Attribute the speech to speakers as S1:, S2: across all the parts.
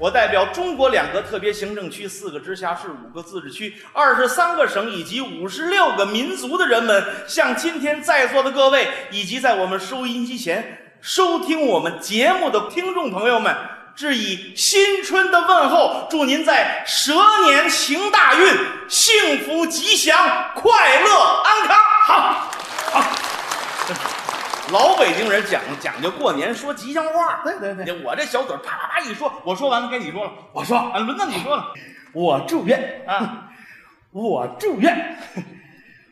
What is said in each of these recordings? S1: 我代表中国两个特别行政区、四个直辖市、五个自治区、二十三个省以及五十六个民族的人们，向今天在座的各位以及在我们收音机前收听我们节目的听众朋友们，致以新春的问候，祝您在蛇年行大运，幸福吉祥，快乐安康。好，好。老北京人讲讲究过年说吉祥话，
S2: 对 对对，
S1: 我这小嘴啪啪啪一说，我说完了该你说了，
S2: 我说
S1: 啊，轮到你说了
S2: 我祝愿，
S1: 啊，
S2: 我祝愿，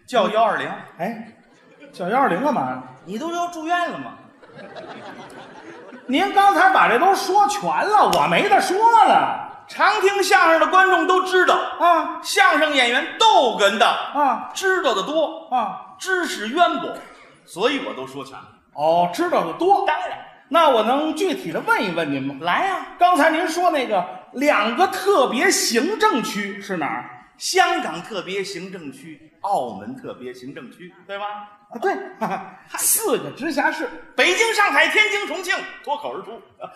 S1: 叫幺二零，
S2: 哎，叫幺二零干嘛呀？
S1: 你都要住院了吗？
S2: 您刚才把这都说全了，我没得说了
S1: 常听相声的观众都知道，
S2: 啊
S1: 相声演员逗哏的
S2: 啊
S1: 知道的多，
S2: 啊！
S1: 知识渊博，所以我都说全了。
S2: 哦，知道的多。
S1: 当然，
S2: 那我能具体的问一问您吗？
S1: 来呀、
S2: 刚才您说那个两个特别行政区是哪儿？
S1: 香港特别行政区、澳门特别行政区，对吧？
S2: 啊，对，哈哈四个直辖市，
S1: 北京、上海、天津、重庆，脱口而出。呃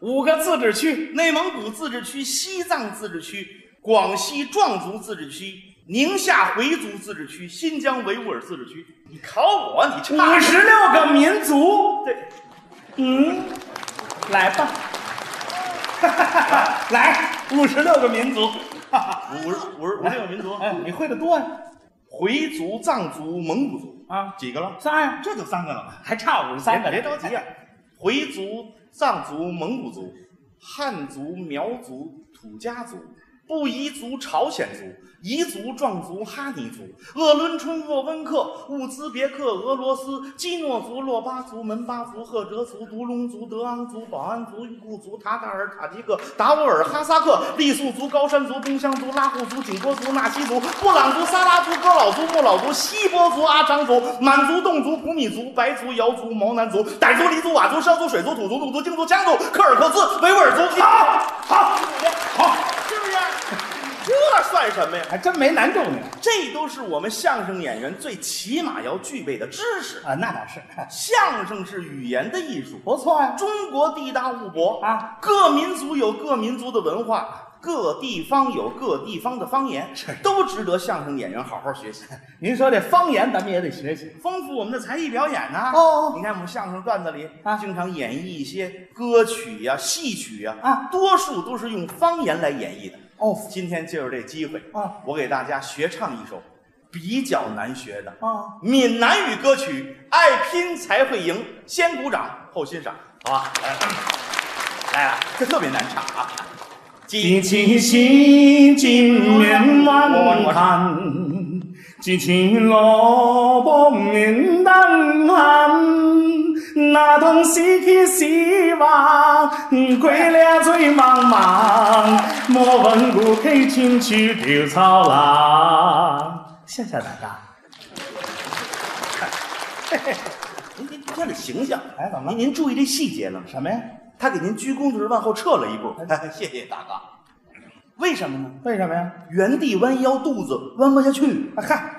S2: 五个自治区，
S1: 内蒙古自治区、西藏自治区、广西壮族自治区、宁夏回族自治区、新疆维吾尔自治区。你考我，你差
S2: 五十六个民族。
S1: 对，
S2: 嗯，来吧， 来五十六个民族，
S1: 五十五十五十六个民族，
S2: 哎，你会的多呀、
S1: 回族、藏族、蒙古族
S2: 啊
S1: 几个了？
S2: 仨呀、
S1: 这就三个了吧？
S2: 还差五十三个，
S1: 别别着急啊！回族、藏族、蒙古族、汉族、苗族、土家族、布依族、朝鲜族、彝族、壮族、哈尼族、鄂伦春、鄂温克、乌兹别克、俄罗斯、基诺族、洛巴族、门巴族、赫哲族、独龙族、德昂族、保安族、裕固族、塔塔尔、塔吉克、达斡尔、哈萨克、傈僳族、高山族、东乡族、拉祜族、景颇族、纳西族、布朗族、撒拉族、哥老族、莫老族、锡伯族、阿昌族、满族、侗族、普米族、白族、瑶族、毛南族、傣族、黎族、佤族、畲族、水族、土族、怒族、京族、羌族、柯尔克孜、维吾尔族。
S2: 好，好，好，
S1: 是不是？这算什么呀？
S2: 还真没难住你
S1: 这都是我们相声演员最起码要具备的知识。
S2: 啊，那倒是，
S1: 相声是语言的艺术，
S2: 不错呀、
S1: 中国地大物博
S2: 啊，
S1: 各民族有各民族的文化，各地方有各地方的方言，都值得相声演员好好学习，
S2: 您说这方言咱们也得学习，
S1: 丰富我们的才艺表演呐、
S2: 哦哦
S1: 你看我们相声段子里
S2: 啊
S1: 经常演绎一些歌曲呀、戏曲呀，
S2: 啊
S1: 多数都是用方言来演绎的。
S2: 哦
S1: 今天借着这机会
S2: 啊，
S1: 我给大家学唱一首比较难学的
S2: 啊
S1: 闽南语歌曲《爱拼才会赢》，先鼓掌后欣赏，好吧？来，来啊，这特别难唱啊。
S2: 一起洗金面万
S1: 我
S2: 看，一起萝卜面当看，那东西去西望，过了水茫茫，莫问故去亲像稻草人。谢谢大家。
S1: 您您您看这形象，
S2: 哎怎么了
S1: 您您注意这细节了吗？
S2: 什么呀？
S1: 他给您鞠躬的时候往后撤了一步，哎谢谢大哥。为什么呢？
S2: 为什么呀？
S1: 原地弯腰，肚子弯不下去。
S2: 啊嗨，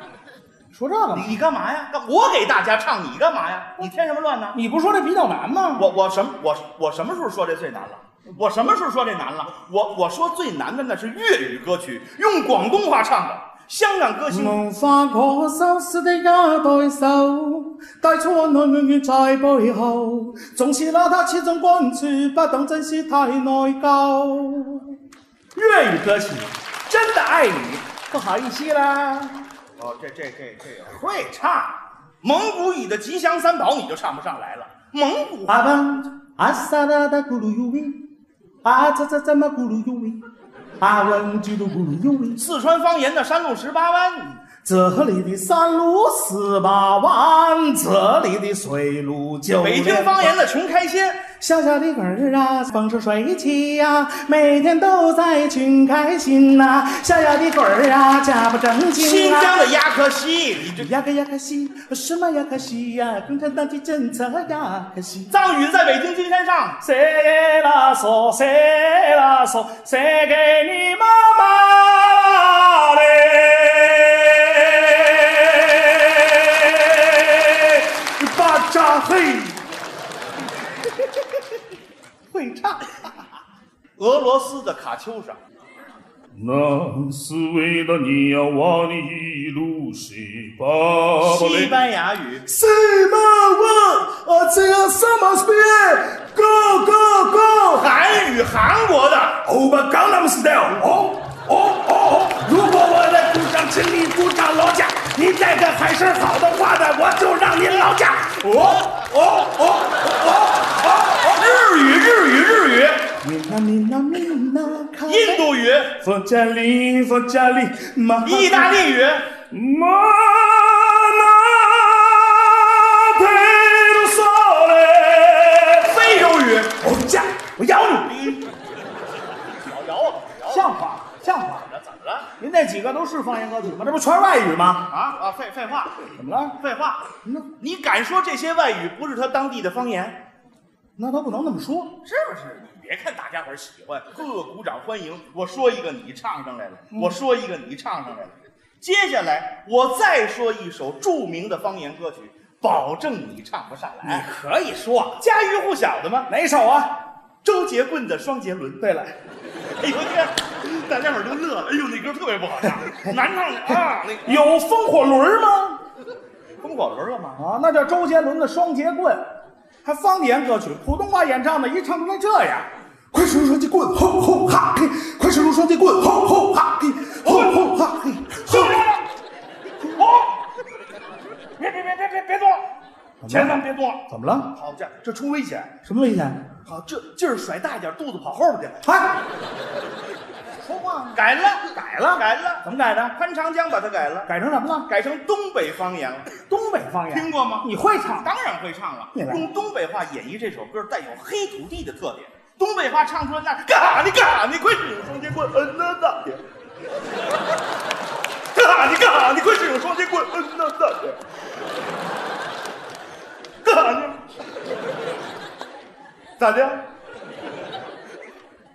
S2: 说这个
S1: 你
S2: 吗？
S1: 你干嘛呀？干我给大家唱，你干嘛呀？你添什么乱呢？
S2: 你不说这比较难吗？
S1: 我我什么我我什么时候说这最难了？我什么时候说这难了？我我说最难的那是粤语歌曲，用广东话唱的。香港歌星
S2: 无法可收拾的一对手，带出温暖永远在背后，总是拿他始终关注，不懂珍惜太内疚。粤语歌曲《真的爱你》，不好意思啦，
S1: 哦，这这这这有
S2: 会唱。
S1: 蒙古语的吉祥三宝你就唱不上来了。蒙古
S2: 阿班阿萨拉达咕噜呦喂，阿扎扎扎嘛咕噜呦喂，阿文吉嘟咕噜呦喂。
S1: 四川方言的山路十八弯，
S2: 这里的山路十八弯，这里的水路九
S1: 北
S2: 连
S1: 京方言的穷开心。
S2: 小小的儿啊，风生水起呀、每天都在群开心呐、小小的鬼儿啊，家不正
S1: 新
S2: 经啊。
S1: 疆的亚克西，你这
S2: 呀个呀个西，什么呀个西呀，共产党的政策呀个西。
S1: 藏语在北京金山上，
S2: 谁给拉手，谁给拉手，谁给你妈妈嘞？巴 扎嘿，会唱。
S1: 俄罗斯的卡秋莎。
S2: 那是为了你呀、我的一路是爸爸
S1: 西
S2: 的。
S1: 班牙语，
S2: 什么我啊，这个什么是 Go go go！
S1: 韩语，韩国的。
S2: 欧巴刚那么 style，哦哦哦哦！如果我在鼓掌，请你鼓掌劳驾。您带着还是好的话呢，我就让您劳驾。哦哦哦哦
S1: 日语，日语，日语，
S2: 哦！米娜米娜米娜，看
S1: 印度语，
S2: 佛加利佛加利，马
S1: 意大利语，
S2: 马纳佩鲁索雷。
S1: 非洲语。
S2: 我家，我咬你！
S1: 咬咬我，咬
S2: 像话，像话！
S1: 我，怎么了？
S2: 您那几个都是方言歌曲吗？这不全外语吗？
S1: 啊啊，废废话，
S2: 怎么了？
S1: 废话。
S2: 那
S1: 你敢说这些外语不是他当地的方言？
S2: 那他不能那么说。
S1: 是不是？你别看大家伙儿喜欢，各个鼓掌欢迎。我说一个，你唱上来了；我说一个，你唱上来了。接下来我再说一首著名的方言歌曲，保证你唱不上
S2: 你
S1: 来。
S2: 可以说
S1: 家喻户晓的吗？
S2: 哪首啊？
S1: 周杰棍的《双杰伦》。
S2: 对了，
S1: 哎呦天，大家伙儿都乐了。哎呦，那歌特别不好唱，难唱的啊！那个
S2: 有风火轮吗？
S1: 风火轮了 吗？
S2: 啊，那叫周杰伦的《双截棍》，还方言歌曲，普通话演唱的，一唱成这样。快使用双截棍，吼吼哈嘿！快使用双截棍，吼吼哈嘿！吼吼哈嘿！吼！
S1: 哦，别别别别别别动，千万别动！
S2: 怎么了？
S1: 好家伙，这出危险！
S2: 什么危险？
S1: 好，这劲儿甩大一点，肚子跑后边去了。
S2: 哎，
S1: 说话呢改了，改了，改了。
S2: 怎么改的？
S1: 潘长江把它改了，
S2: 改成什么了？
S1: 改成东北方言了。
S2: 东北方言。
S1: 听过吗
S2: 你会唱？
S1: 当然会唱了，
S2: 你来
S1: 用东北话演绎这首歌，带有黑土地的特点。东北话唱出来那干哈呢？干哈呢？快使用双截棍！嗯呐大爷！干哈呢？干哈呢？快使用双截棍！嗯呐大爷！干哈呢？咋的？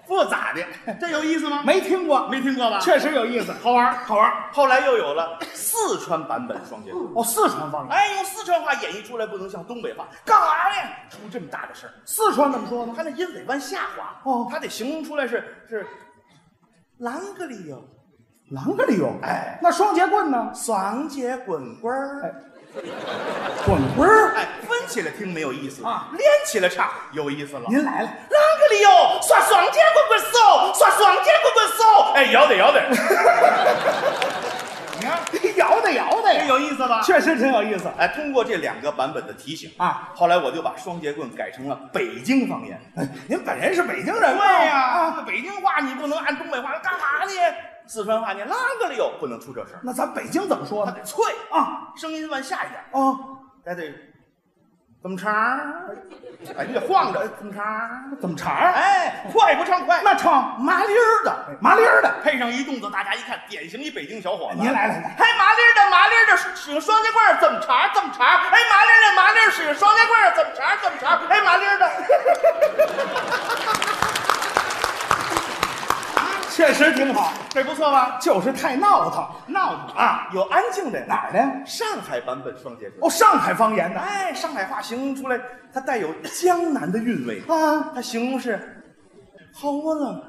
S1: 不咋的，这有意思吗？
S2: 没听过，
S1: 没听过吧？
S2: 确实有意思，好玩，好玩。
S1: 后来又有了四川版本双截棍。
S2: 哦，四川方言，
S1: 哎，用四川话演绎出来不能像东北话，干啥呀？出这么大的事儿，
S2: 四川怎么说呢？
S1: 他那音尾往下滑，啊
S2: 哦
S1: 他得形容出来是是，啷个里有
S2: 啷个里有？
S1: 哎，
S2: 那双截棍呢？
S1: 双节滚棍儿，
S2: 哎滚棍儿。
S1: 哎，分起来听没有意思
S2: 啊
S1: 连起来唱有意思了。
S2: 您来了，
S1: 啷个里有耍双节棍棍手，耍双节棍棍
S2: 啊
S1: 手，哎，摇得摇得， 你看
S2: 哎摇的摇
S1: 这
S2: 的呀，
S1: 有意思吧？
S2: 确实挺有意思。
S1: 哎，通过这两个版本的提醒
S2: 啊，哎
S1: 后来我就把双节棍改成了北京方言。
S2: 您本人是北京人
S1: 对
S2: 啊吗？
S1: 呀、北京话你不能按东北话干嘛呢？四川话你啷个了又不能出这声儿，
S2: 那咱北京怎么说
S1: 它
S2: 呢？
S1: 得脆
S2: 啊，
S1: 声音往下一点，
S2: 哦，
S1: 还得怎么长儿？哎，你得晃着，怎么长儿？
S2: 怎么茬儿？
S1: 哎，快不唱快，
S2: 那唱
S1: 麻利儿的，哎
S2: 麻利儿的。
S1: 配上一动作，大家一看，典型一北京小伙子。
S2: 您来来来，
S1: 嘿，麻利儿的，麻利儿的，使用双截棍儿，怎么茬儿？怎么茬儿？哎，麻利儿的，麻利儿，使用双截棍儿，怎么茬儿？怎么茬儿？哎，麻利儿的，
S2: 确实挺好，
S1: 这不错吧？
S2: 就是太闹腾，
S1: 闹腾 啊，有安静的
S2: 哪儿的呀？
S1: 上海版本双截棍。
S2: 哦，上海方言的
S1: 哎，上海话形容出来，它带有江南的韵味。
S2: 啊，
S1: 它形容是，好我了，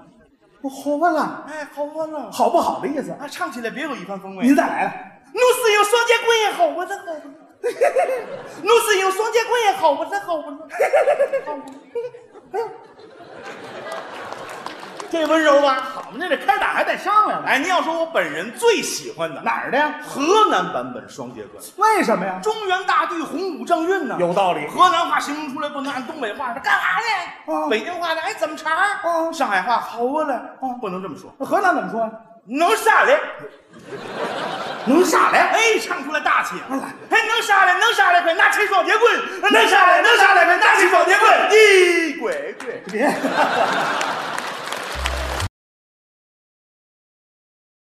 S2: 我活哦了，
S1: 哎，好我了，
S2: 好不好的意思？
S1: 啊，唱起来别有一番风味。
S2: 您再来了，
S1: 我是用双截棍也好啊我的好我 的，我是用双截棍也好我的好我的，好 我的这温柔吧？
S2: 我们这这开打还得商量呢。
S1: 哎，您要说我本人最喜欢的，
S2: 哪儿的呀？
S1: 河南版本双截棍。
S2: 为什么呀？
S1: 中原大地洪武正韵呢，
S2: 有道理
S1: 河南话形容出来不能按东北话，这干啥呢？
S2: 啊
S1: 北京话呢？哎，怎么茬儿？
S2: 啊
S1: 上海话好啊了，不能这么说，
S2: 河南怎么说呀？
S1: 能下来，
S2: 能下来？
S1: 哎，唱出来大气，哎，能下来，能下来，快拿起双截棍，能下来，能下来，快拿起双截棍，咦，鬼鬼。
S2: 别。